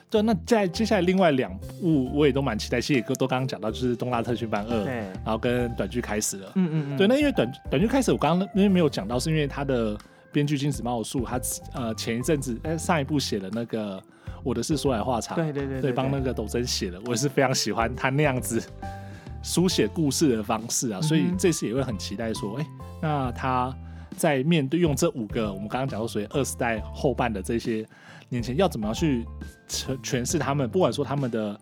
对，那在接下来另外两部我也都蛮期待，其实也都刚刚讲到，就是《东大特训班二》，
对，
然后跟短剧开始了。
嗯嗯嗯，
对，那因为短短剧开始，我刚刚因为没有讲到，是因为他的编剧金子茂树，他呃前一阵子哎上一部写了那个《我的是说来话长》，
对对对
对帮那个斗争写的，我也是非常喜欢他那样子书写故事的方式啊，所以
嗯哼
这次也会很期待说，哎、那他在面对用这五个我们刚刚讲到所谓二十代后半的这些年轻人，要怎么样去诠诠释他们，不管说他们的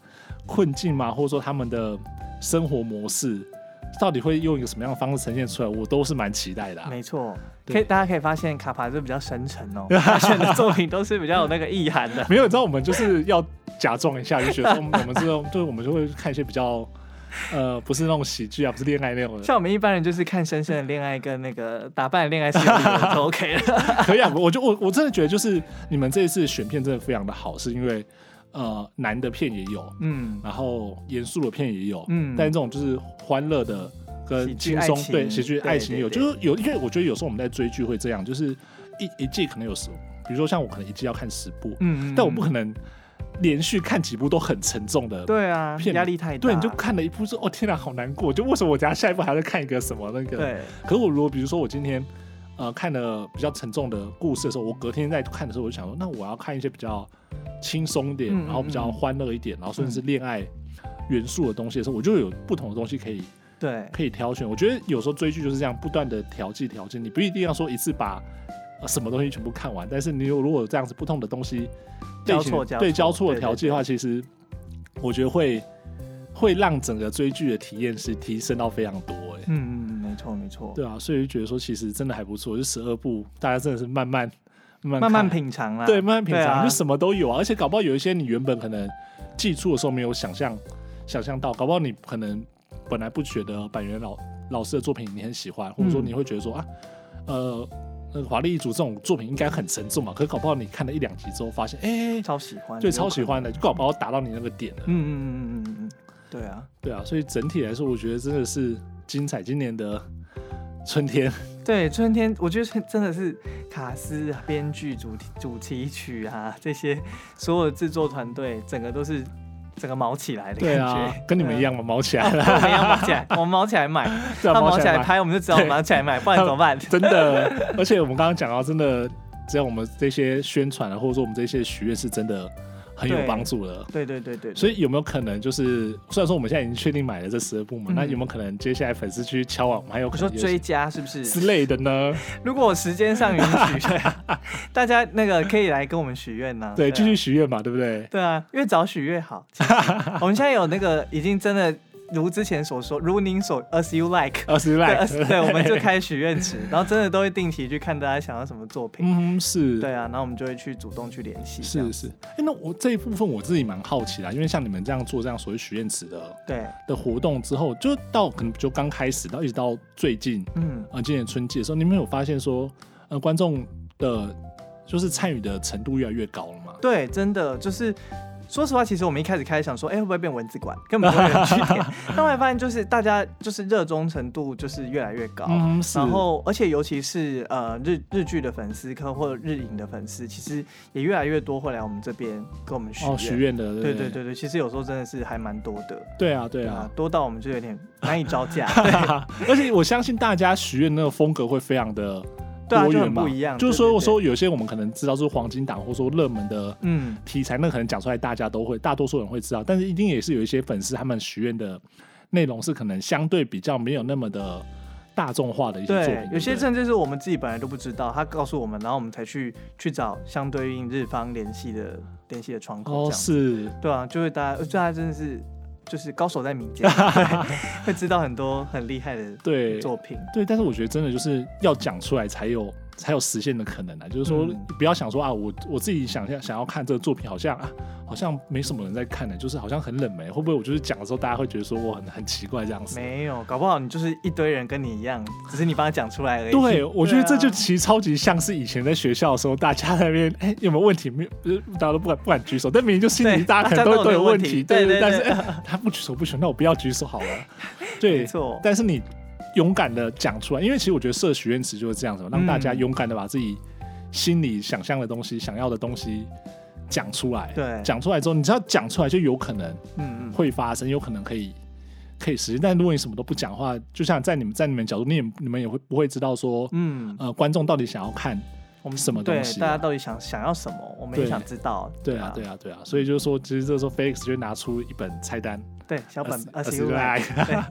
困境嘛，或者说他们的生活模式。到底会用一个什么样的方式呈现出来，我都是蛮期待的、啊。
没错，
对
可以大家可以发现卡帕是比较深沉 哦，他选的作品都是比较有那个意涵的，
没有，你知道我们就是要假装一下，就觉得说嗯我们这种，对，我 们就会看一些比较，呃，不是那种喜剧啊，不是恋爱那种的。
像我们一般人就是看深深的恋爱跟那个打扮的恋爱是就 OK 了，
可以啊，我就我我真的觉得就是你们这一次选片真的非常的好，是因为呃难的片也有，
嗯。
然后严肃的片也有，
嗯
但这种就是欢乐的跟
喜剧
轻松
爱，情
对，喜剧
对
爱情也有，
对
就是有，因为我觉得有时候我们在追剧会这样，就是一一季可能有十，比如说像我可能一季要看十部，
嗯，
但我不
能。
可能连续看几部都很沉重的。
对啊，
骗
压
你
力太大，
对，你就看了一部说，哦天哪，好难过！就为什么我等下下一部还要再看一个什么那个？。
对，
可我如果比如说我今天呃看了比较沉重的故事的时候，我隔天在看的时候，我就想说，那我要看一些比较轻松一点，
嗯嗯
然后比较
嗯
欢乐一点，然后甚至是恋爱元素的东西的时候，我就有不同的东西可以
对，
可以挑选。我觉得有时候追剧就是这样，不断的调剂调剂，你不一定要说一次把。呃什么东西全部看完，但是你有如果有这样子不同的东西类
交
型
错
对
交
交
错
错的
对
调
对
剂的话，其实我觉得会会让整个追剧的体验是提升到非常多、欸。
嗯嗯，嗯没错没错，
对啊，所以就觉得说其实真的还不错，就十二部，大家真的是慢慢慢慢
慢
看，
慢品尝啦，
对，慢慢品
对
尝，
啊
就什么都有啊。而且搞不好有一些你原本可能记住的时候没有想象想象到，搞不好你可能本来不觉得板垣老老师的作品你很喜欢，或者说你会觉得说、啊，呃，那个《华丽一族》这种作品应该很沉重嘛，可搞不好你看了一两集之后发现，
嗯
哎、
超喜欢，
对，超喜，欢的，就搞不好达到你那个点了。
嗯嗯嗯嗯嗯嗯，对啊，
对啊，所以整体来说，我觉得真的是精彩。今年的春天，
对，春天我觉得真的是卡斯啊编剧、主题主题曲啊，这些所有的制作团队，整个都是整个毛起来的
对
感
啊
觉，，
跟你们一样嘛，毛起来
对
了，
啊。我们要毛起来，我们毛起来买，
对啊，
他
毛
毛
起
起
来
来
嘛
拍，我们就知道我们
对
毛起来买，不然怎么 办？
真的。而且我们刚刚讲到，真的，只要我们这些宣传啊，或者说我们这些许愿，是真的很有
对
帮助的。
对对对对，
所
以
以有没有可能，就是虽然说我们现在已经确定买了这十二部嘛，
嗯
那有没有可能接下来粉丝去敲碗，我们还有
我
可
说
能有
追加是不是？
之类的 呢？
如果时间上允许， 对啊，大家那个可以来跟我们许愿呢。
对，
啊
继续许愿嘛，对不对？
对啊，越早许越好。其实 我们现在有那个已经真的如之前所说，如您所 as you like。
二十
对
来，
as- 对，我们就开许愿池，然后真的都会定期去看大家想要什么作品。
嗯，是，
对啊，然后我们就会去主动去联系。这样
是是。哎、那我这一部分我自己蛮好奇啦，因为像你们这样做这样所谓许愿池的
对，
的活动之后，就到可能就刚开始到一直到最近，
嗯，
呃，今年春季的时候，你们有发现说，呃，观众的就是参与的程度越来越高了吗？
对，真的就是。说实话，其实我们一开始开始想说，哎、会不会变文字馆？根本不会有人去 点。但后来发现，就是大家就是热衷程度就是越来越高。
嗯，是。
然后，而且尤其是呃日日剧的粉丝，科或者日影的粉丝，其实也越来越多会来我们这边跟我们许愿。
哦，许愿的，
对
对
对对对，其实有时候真的是还蛮多的。
对啊，对
对
啊，，
多到我们就有点 难以招 架。对
而且我相信大家许愿那个风格会非常的
对啊
多
就
元
很
嘛，
不一样
就是
对
说，
对
我
对
说有些我们可能知道是黄金档，或者说热门的
嗯，
题材，那可能讲出来大家都会，大多数人会知道，但是一定也是有一些粉丝他们许愿的内容是可能相对比较没有那么的大众化的一些作
对
品，，
有些
正
甚至是我们自己本来都不知道，他告诉我们，然后我们才去去找相对应日方联系的联系的窗口
哦
这样。
是，
对啊，就会大家，就大家真的是就是高手在 民间，对会知道很多很厉害的
对
作品。
对，但是我觉得真的就是要讲出来才有才有实现的可能啊，就是说
嗯
不要想说啊，我我自己想想想要看这个作品，好像啊好像没什么人在看的，就是好像很冷门，会不会我就是讲的时候大家会觉得说我很很奇怪这样子？
没有，搞不好你就是一堆人跟你一样，只是你帮他讲出来而已。
对，我觉得这就
对啊
其实超级像是以前在学校的时候，大家在那边哎、有没有问题？没有，呃大家都不敢不敢举手，但明明就心里
对
大家可能
大家
都
都有
有问
问
题，
题
对
对对
但是、
对
哎他不举手不行，那我不要举手好了。 对
没，错，
但是你勇敢的讲出来，因为其实我觉得设许愿池就是这样子嘛，让大
嗯
家勇敢的把自己心里想象的东西、想要的东西讲出来。
对
讲出来之后，你只要讲出来，就有可能
嗯嗯，
会发生，有可能可以可以实现。但如果你什么都不讲的话，就像在你们在你们角度，你也你们也会不会知道说，
嗯，
呃，观众到底想要看。
我
什么
对
东西啊
大家到底想想要什么，我们也
对
想知道。
对啊，对啊，对啊，所以就是说，其实这时候 Felix 就拿出一本菜单，
对，小本二十
20
五来，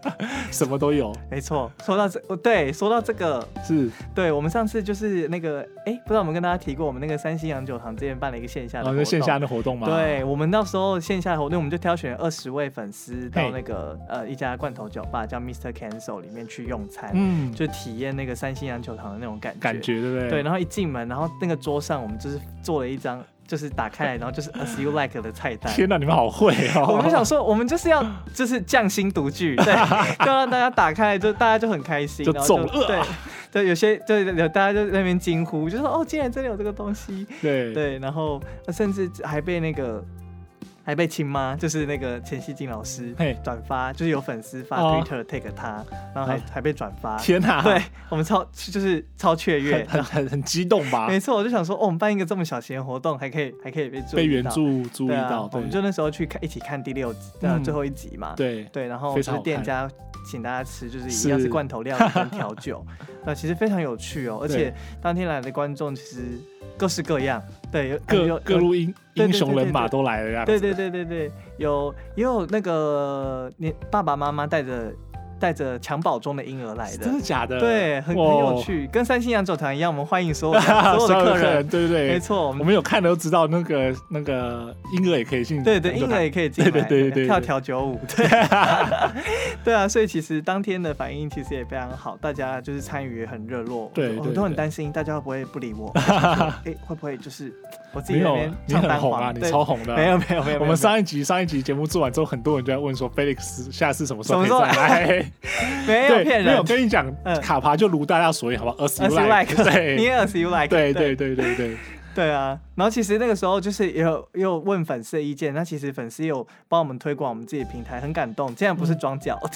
什么都有，
没错。说到这，哦对，说到这个，
是
对我们上次就是那个，哎，不知道我们跟大家提过，我们那个三星洋酒堂之前办了一个线下的
然后就哦
活动，
线下的活动嘛，，
对我们那时候线下活动，我们就挑选二十位粉丝
嘿
到 那个呃一家罐头酒吧叫 Mr. Cancel 里面去用餐，
嗯，
就体验那个三星洋酒堂的那种感觉。
感觉对不对？
对，然后一进门，然后那个桌上我们就是做了一张，就是打开来，然后就是 As You Like 的菜单。
天哪，你们好会哦！
我们就想说，我们就是要就是匠心独具，对， 就让大家打开，就大家就很开心，
就
然后
中了
对对，有些对有大家就在那边惊呼，就说哦，竟然真的有这个东西，
对
对，然后呃甚至还被那个还被亲妈，就是那个钱希金老师
嘿
转发，就是有粉丝发
哦
Twitter tag 他，然后还、
啊
还被转发，
天哪，
对我们超就是超雀跃
很，很很很激动 吧？
没错，我就想说，哦，我们办一个这么小型的活动，还可以还可以被注意
被原
到
著注意
对啊
到，
我们
对
就那时候去看一起看第六集，呃，
嗯
最后一集嘛。
对，
对，然后
非
就
常
是
好
店家请大家吃，就是一样
是
是罐头料理跟调 酒，那其实非常有趣哦。而且
对
当天来的观众其实各式各样，对，有
各
有
各路英
对对
英雄人马
对对对
都来了呀，
对对对对对，有也有那个你爸爸妈妈带着带着襁褓中的婴儿来的
真。的假的？
对，很很
哇
有， 趣，跟三星洋酒团一样，我们欢迎所有的所
所
有的客人。
对对
没
对，
错，我
我
们
们有看的都知道，那个那嗯个婴儿也可以进，
对对，婴儿也可以进来，
对对对对对
跳跳 九舞，对， 对啊，所以其实当天的反应其实也非常好，大家就是参与也很热络，
对对
我我都很
对
担心大家会不会不理 我，哎，会不会就是我自己
没
在那
有
边，
你
唱
很
单
红
簧
啊，，你
对
超红的啊。
没有没有没
我
有，没有
们上一集上一集节目做完之后，很多人就在问说，Felix 下次什么时候可以
什么时候
再来？
没有
对，
骗
没
人
有跟你讲
嗯，
卡牌就如大家所言，好不好？As you
，as you like，你
对
也 as you like，
对对对对 对，
对啊，然后其实那个时候就是也有也有问粉丝的意见，那其实粉丝有帮我们推广我们自己的平台，很感动，竟然不是装脚，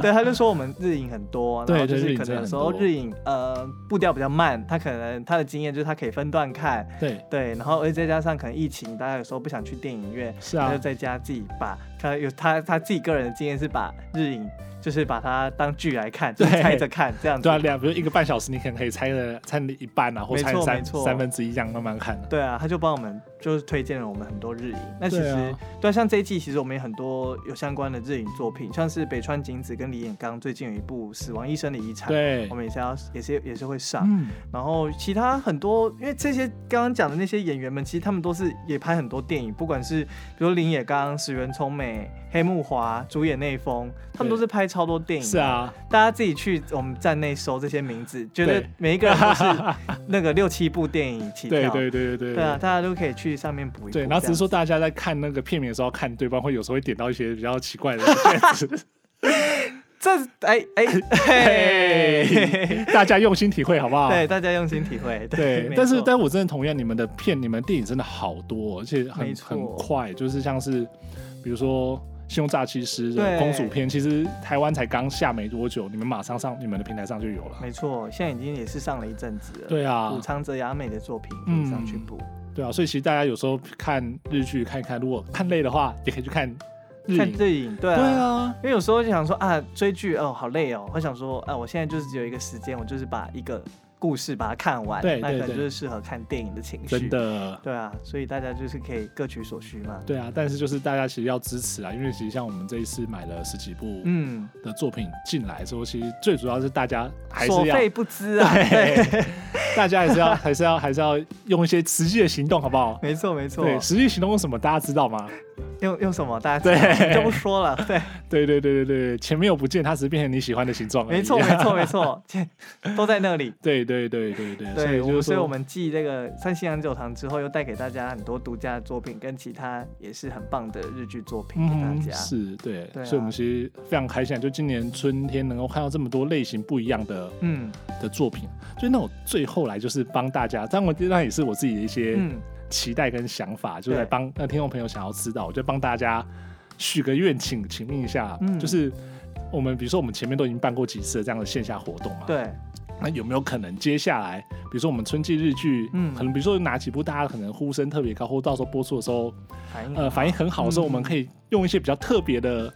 对，他就说我们日影很多，然后
嗯对
就
对
是
日影
可能
真的
有
很
时候
多
日影呃步调比较慢，他可能他的经验就是他可以分段看，
对，
对，然后而且再加上可能疫情，大家有时候不想去电影院，
是
他就
啊，
在家自己把他有他他自己个人的经验是把日影就是把它当剧来看，就是
对
猜着看这样子
对，啊，两比如一个半小时，你可能可以拆了拆了一半啊，或
没
拆
错没
三
错
三分之一这样慢慢看啊。
对啊，他就帮我们就是推荐了我们很多日影。那其实
对
对,、
啊
像这一季其实我们也很多有相关的日影作品，像是北川景子跟李衍刚最近有一部《死亡医生的遗产》，
对
我，们也是要也是也是会上。
嗯，
然后其他很多，因为这些刚刚讲的那些演员们，其实他们都是也拍很多电影，不管是比如林野刚、石原聪美、黑木华、主演内丰，他们
对
都是拍超多电影。
是，啊，
大家自己去我们站内搜这些名字，觉得
对
每一个人 都是那个六七部电影起跳。
对对对对对
对啊，大家都可以去上面补一补。
对，然后只是说大家在看那个片名的时候，看对方会有时候会点到一些比较奇怪 的片子，
这样这哎 哎嘿，
嘿大家用心体会好不好？
对，大家用心体会。
对
没，
但是
错
但我真的同样，你们的片、你们电影真的好多哦，而且
没
很
错
很快，就是像是比如说《信用诈欺师》
对
的公主片，其实台湾才刚下没多久，你们马上上你们的平台上就有了。
没错，现在已经也是上了一阵子了。
对啊
武，昌泽雅美的作品可以上去
嗯
补。
对啊，所以其实大家有时候看日剧看一看，如果看累的话，也可以去看嗯日
看
影。
电影，对
对
啊。
啊，
因为有时候就想说啊，追剧哦好累哦，我想说啊，我现在就是只有一个时间，我就是把一个故事把它看完，
对
那
对
可
对
能就是适合看电影的情绪。
真，的。
对啊，所以大家就是可以各取所需嘛。
对啊，但是就是大家其实要支持啊，因为其实像我们这一次买了十几部
嗯，
的作品进来之后，其实最主要是大家还
所
是要
费不赀 啊，对，
对，大家还是要还是要还是要用一些实际的行动，好不好？
没错没错。
对，实际行动用什么？大家知道吗？
用用什么？大家知道
对
就不 说了。对，
对对对对对，前面有不见，它只是变成你喜欢的形状而已。
没错没错没错，切都在那里。
对对对对对，所以
对，我
就
们
是
所以
说
我们继这个三星洋酒堂之后，又带给大家很多独家的作品，跟其他也是很棒的日剧作品给大
嗯
家。
是对，
对啊
所以我们其实非常开心，啊，就今年春天能够看到这么多类型不一样的
嗯
的作品，所以那我最后来就是帮大家，当然我那也是我自己的一些
嗯，
期待跟想法，就是
对
来帮那听众朋友想要知道，我就帮大家许个愿，请请命一下，
嗯
就是我们比如说我们前面都已经办过几次的这样的线下活动嘛，，
对，
那有没有可能接下来，比如说我们春季日剧，
嗯
可能比如说哪几部大家可能呼声特别高，或到时候播出的时候，
反应
呃，反应很好的时候，
嗯
我们可以用一些比较特别的。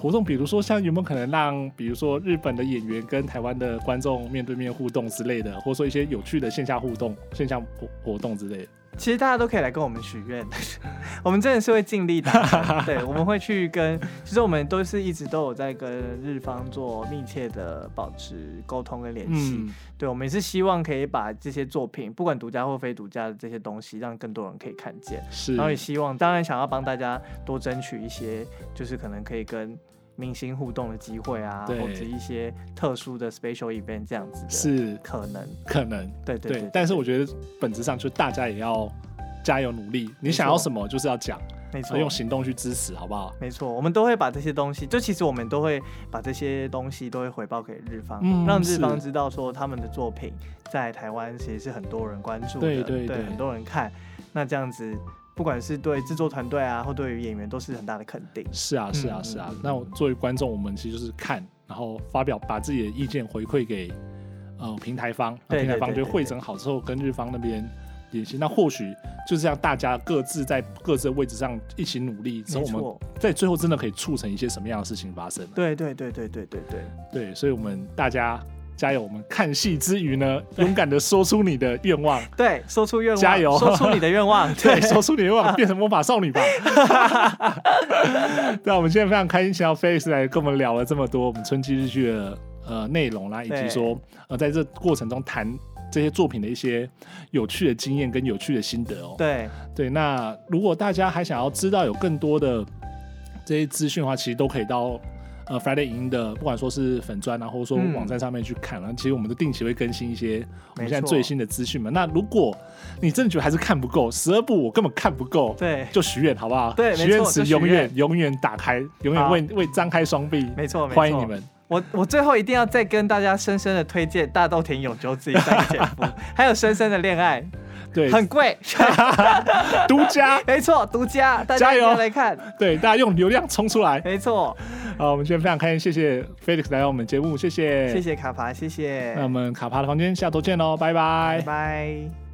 活动，比如说像有没有可能让，比如说日本的演员跟台湾的观众面对面互动之类的，或者说一些有趣的线下互动、线下活活动之类的。
其实大家都可以来跟我们许愿， 我们真的是会尽力的。 对，我们会去跟，其实我们都是一直都有在跟日方做密切的保持沟通跟联系。
嗯，
对，我们也是希望可以把这些作品，不管独家或非独家的这些东西，让更多人可以看见。
是。
然后也希望，当然想要帮大家多争取一些，就是可能可以跟明星互动的机会啊，或
对
者一些特殊的 special event 这样子的
是
可能。
可能
对对
对，但是我觉得本质上就大家也要加油努力，你想要什么就是要讲，
没错
所以，用行动去支持，好不好？
没错，我们都会把这些东西，就其实我们都会把这些东西都会回报给日方，
嗯
让日方
是
知道说他们的作品在台湾其实是很多人关注的，
对对对
很多人看。那这样子，不管是对制作团队啊，或对于演员，都是很大的肯定。
是啊，是
嗯
啊，是啊
嗯。
那我作为观众，我们其实就是看，然后发表把自己的意见回馈给呃平台方，
对
平台方
对对
就会整好之后跟日方那边联系。那或许就是让大家各自在各自的位置上一起努力，之后我
没
们
错，
在最后真的可以促成一些什么样的事情发生。嗯
对对对对对对对，
对，所以我们大家加油！我们看戏之余呢，勇敢的说出你的愿望，
对，说出愿望，
加油
说出你的 愿望，
对，说出你的愿望，变成魔法少女吧。对啊，我们今天非常开心，请到 Felix 来跟我们聊了这么多我们春季日剧的呃内容啦，以及
对
说呃在这过程中谈这些作品的一些有趣的经验跟有趣的心得哦。
对，
对，那如果大家还想要知道有更多的这些资讯的话，其实都可以到呃 Friday 营的，不管说是粉砖啊，或者说
嗯
网站上面去看了、其实我们都定期会更新一些我们现
没
在
错
最新的资讯嘛。那如果你真的觉得还是看不够，十二部我根本看不够，
对
就许愿好不好？
对没
许愿
错
池
就许
永远
愿
永远打开，永远
好
为为张开双臂，
没错，没错。
欢迎你们。
我我最后一定要再跟大家深深的推荐大豆田永久子与三个姐 夫，还有深深的恋爱，
对，
很贵，
独家，
没错，独家，大家
加
一
油
定要来看，
对大家用流量冲出来。
没错，
好，我们今天非常开心，谢谢 Felix 来到我们节目，谢谢，
谢谢卡帕，谢谢，
嗯那我们卡帕的房间下周见喽，拜
拜拜。